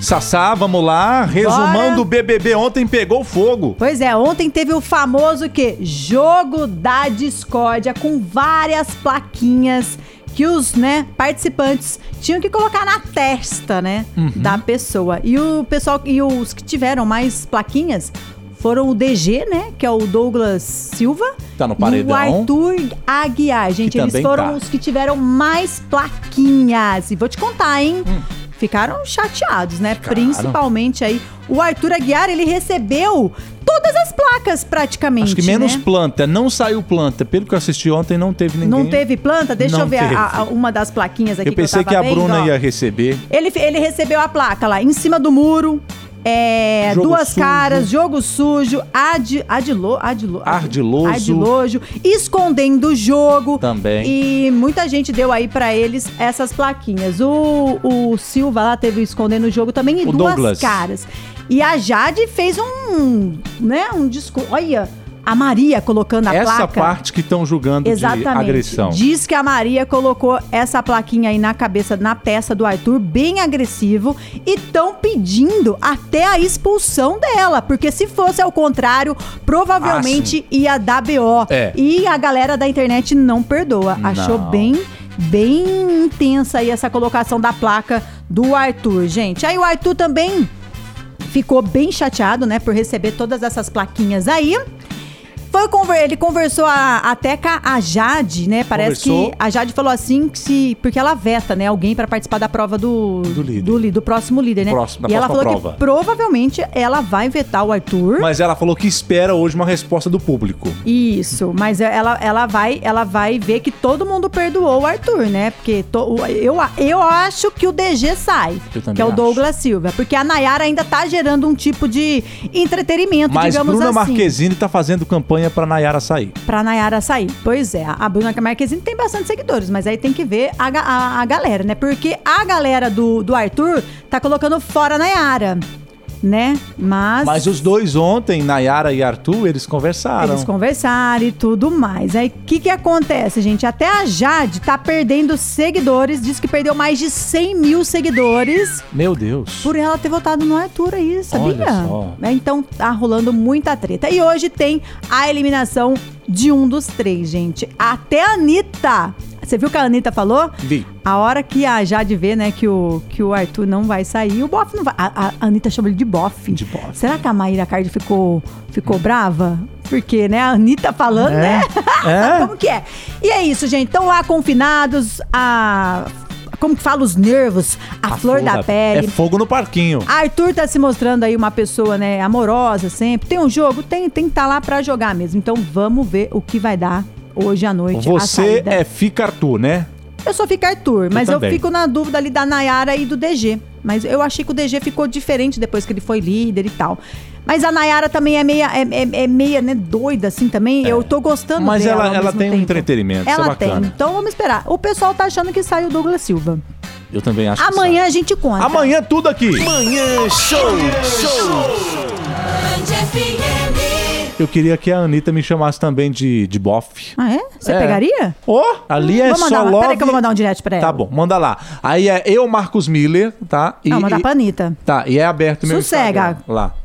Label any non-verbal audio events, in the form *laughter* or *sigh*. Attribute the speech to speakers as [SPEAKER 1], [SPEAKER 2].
[SPEAKER 1] Sassá, vamos lá. Resumando, o BBB ontem pegou fogo.
[SPEAKER 2] Pois é, ontem teve o famoso que jogo da discórdia com várias plaquinhas que os, né, participantes tinham que colocar na testa, né, da pessoa. E o pessoal e os que tiveram mais plaquinhas foram o DG, né, que é o Douglas Silva,
[SPEAKER 1] Tá no
[SPEAKER 2] e o
[SPEAKER 1] paredão.
[SPEAKER 2] Arthur Aguiar. Gente,
[SPEAKER 1] Que
[SPEAKER 2] eles
[SPEAKER 1] também
[SPEAKER 2] foram
[SPEAKER 1] tá.
[SPEAKER 2] os que tiveram mais plaquinhas. E vou te contar, hein?
[SPEAKER 1] Hum.
[SPEAKER 2] Ficaram chateados, né? Principalmente aí o Arthur Aguiar, ele recebeu todas as placas praticamente,
[SPEAKER 1] Acho que menos
[SPEAKER 2] né?
[SPEAKER 1] planta. Não saiu planta. Pelo que eu assisti ontem, não teve ninguém.
[SPEAKER 2] Não teve planta? Deixa
[SPEAKER 1] Não
[SPEAKER 2] eu ver a-
[SPEAKER 1] teve.
[SPEAKER 2] a- uma das plaquinhas aqui
[SPEAKER 1] Eu pensei
[SPEAKER 2] que,
[SPEAKER 1] que
[SPEAKER 2] eu
[SPEAKER 1] a
[SPEAKER 2] tava vendo,
[SPEAKER 1] Bruna
[SPEAKER 2] ó.
[SPEAKER 1] ia receber.
[SPEAKER 2] Ele, ele recebeu a placa lá, em cima do muro. é,
[SPEAKER 1] Jogo
[SPEAKER 2] duas
[SPEAKER 1] sujo.
[SPEAKER 2] caras, jogo sujo, adi, adilo, adilo,
[SPEAKER 1] Ardiloso.
[SPEAKER 2] ardilojo, escondendo o jogo.
[SPEAKER 1] Também.
[SPEAKER 2] E muita gente deu aí pra eles essas plaquinhas. O, o Silva lá teve escondendo o jogo também e
[SPEAKER 1] O
[SPEAKER 2] duas
[SPEAKER 1] Douglas.
[SPEAKER 2] caras. E a Jade fez um, né, um discurso. Olha, a Maria colocando a
[SPEAKER 1] Essa
[SPEAKER 2] placa.
[SPEAKER 1] parte que estão julgando de
[SPEAKER 2] Exatamente.
[SPEAKER 1] agressão.
[SPEAKER 2] Diz que a Maria colocou essa plaquinha aí na cabeça, na testa do Arthur, bem agressivo, e estão pedindo até a expulsão dela, porque se fosse ao contrário, provavelmente ia dar BO.
[SPEAKER 1] Ah, É.
[SPEAKER 2] E a galera da internet não perdoa. Achou
[SPEAKER 1] Não.
[SPEAKER 2] bem, bem intensa aí essa colocação da placa do Arthur, gente. Aí o Arthur também ficou bem chateado, né, por receber todas essas plaquinhas aí. Foi conver- ele conversou a, até com a Jade, né? Parece
[SPEAKER 1] Conversou.
[SPEAKER 2] que a Jade falou assim que se porque ela veta, né, alguém pra participar da prova do
[SPEAKER 1] Do líder.
[SPEAKER 2] do, li- do próximo líder, né?
[SPEAKER 1] Próximo- da
[SPEAKER 2] e ela
[SPEAKER 1] próxima
[SPEAKER 2] falou
[SPEAKER 1] prova.
[SPEAKER 2] que provavelmente ela vai vetar o Arthur.
[SPEAKER 1] Mas ela falou que espera hoje uma resposta do público.
[SPEAKER 2] Isso, mas é, ela, ela vai ela vai ver que todo mundo perdoou o Arthur, né? Porque to- o- eu, a- eu acho que o DG sai,
[SPEAKER 1] Eu também
[SPEAKER 2] que é o
[SPEAKER 1] acho.
[SPEAKER 2] Douglas Silva, porque a Nayara ainda tá gerando um tipo de entretenimento,
[SPEAKER 1] Mas
[SPEAKER 2] digamos
[SPEAKER 1] Bruna
[SPEAKER 2] assim.
[SPEAKER 1] Marquezine tá fazendo campanha pra Nayara sair.
[SPEAKER 2] Pra Nayara sair. Pois é, a Bruna Marquezine tem bastante seguidores, mas aí tem que ver a, ga- a, a galera, né? Porque a galera do, do Arthur tá colocando fora a Nayara, né? Mas,
[SPEAKER 1] Mas os dois ontem, Nayara e Arthur, eles conversaram.
[SPEAKER 2] eles conversaram e tudo mais. Aí o que, que acontece, gente? Até a Jade tá perdendo seguidores, diz que perdeu mais de 100 mil seguidores
[SPEAKER 1] Meu Deus.
[SPEAKER 2] por ela ter votado no Arthur aí, sabia?
[SPEAKER 1] Olha só.
[SPEAKER 2] Né, Então tá rolando muita treta. E hoje tem a eliminação de um dos três, gente. Até a Anitta. Você viu o que a Anitta falou?
[SPEAKER 1] Vi.
[SPEAKER 2] A hora que a Jade vê, né, que o, que o Arthur não vai sair, o bofe não vai. A, a Anitta chama ele de bofe.
[SPEAKER 1] De bofe.
[SPEAKER 2] Será que a Maíra Cardi ficou, ficou brava? Porque, né, a Anitta falando, né? *laughs*
[SPEAKER 1] É?
[SPEAKER 2] Como que é? E é isso, gente. Estão lá confinados, a. Como que fala os nervos? A, flor, da, pele.
[SPEAKER 1] É fogo no parquinho.
[SPEAKER 2] Arthur tá se mostrando aí uma pessoa, né, amorosa sempre. Tem um jogo? Tem, tem que tá lá pra jogar mesmo. Então vamos ver o que vai dar hoje à noite. a
[SPEAKER 1] Você
[SPEAKER 2] saída.
[SPEAKER 1] é fica Arthur, né?
[SPEAKER 2] Eu sou fica Arthur, mas eu
[SPEAKER 1] também.
[SPEAKER 2] fico na dúvida ali da Nayara e do DG. Mas eu achei que o DG ficou diferente depois que ele foi líder e tal. Mas a Nayara também é meia, é, é- é meia né, doida, assim, também. Eu tô gostando
[SPEAKER 1] É. Mas
[SPEAKER 2] dela
[SPEAKER 1] ela-
[SPEAKER 2] ao
[SPEAKER 1] ela
[SPEAKER 2] mesmo
[SPEAKER 1] tem um
[SPEAKER 2] tempo.
[SPEAKER 1] entretenimento, isso é
[SPEAKER 2] Ela tem.
[SPEAKER 1] bacana.
[SPEAKER 2] Então vamos esperar. O pessoal tá achando que sai o Douglas Silva.
[SPEAKER 1] Eu também acho que
[SPEAKER 2] Amanhã a gente conta.
[SPEAKER 1] sabe. Amanhã tudo aqui.
[SPEAKER 3] Manhã Show.
[SPEAKER 4] Band FM.
[SPEAKER 1] Eu queria que a Anitta me chamasse também de, de bofe.
[SPEAKER 2] Ah, é? Você
[SPEAKER 1] É.
[SPEAKER 2] pegaria?
[SPEAKER 1] Ó, ali é
[SPEAKER 2] Hum, vou mandar
[SPEAKER 1] só
[SPEAKER 2] uma-
[SPEAKER 1] love.
[SPEAKER 2] peraí que eu vou mandar um direct pra ela.
[SPEAKER 1] Tá bom, manda lá. Aí é eu, Marcos Miller, tá? E,
[SPEAKER 2] Não, mandar
[SPEAKER 1] e-
[SPEAKER 2] pra Anitta.
[SPEAKER 1] Tá, e é aberto meu
[SPEAKER 2] Sossega.
[SPEAKER 1] Instagram lá.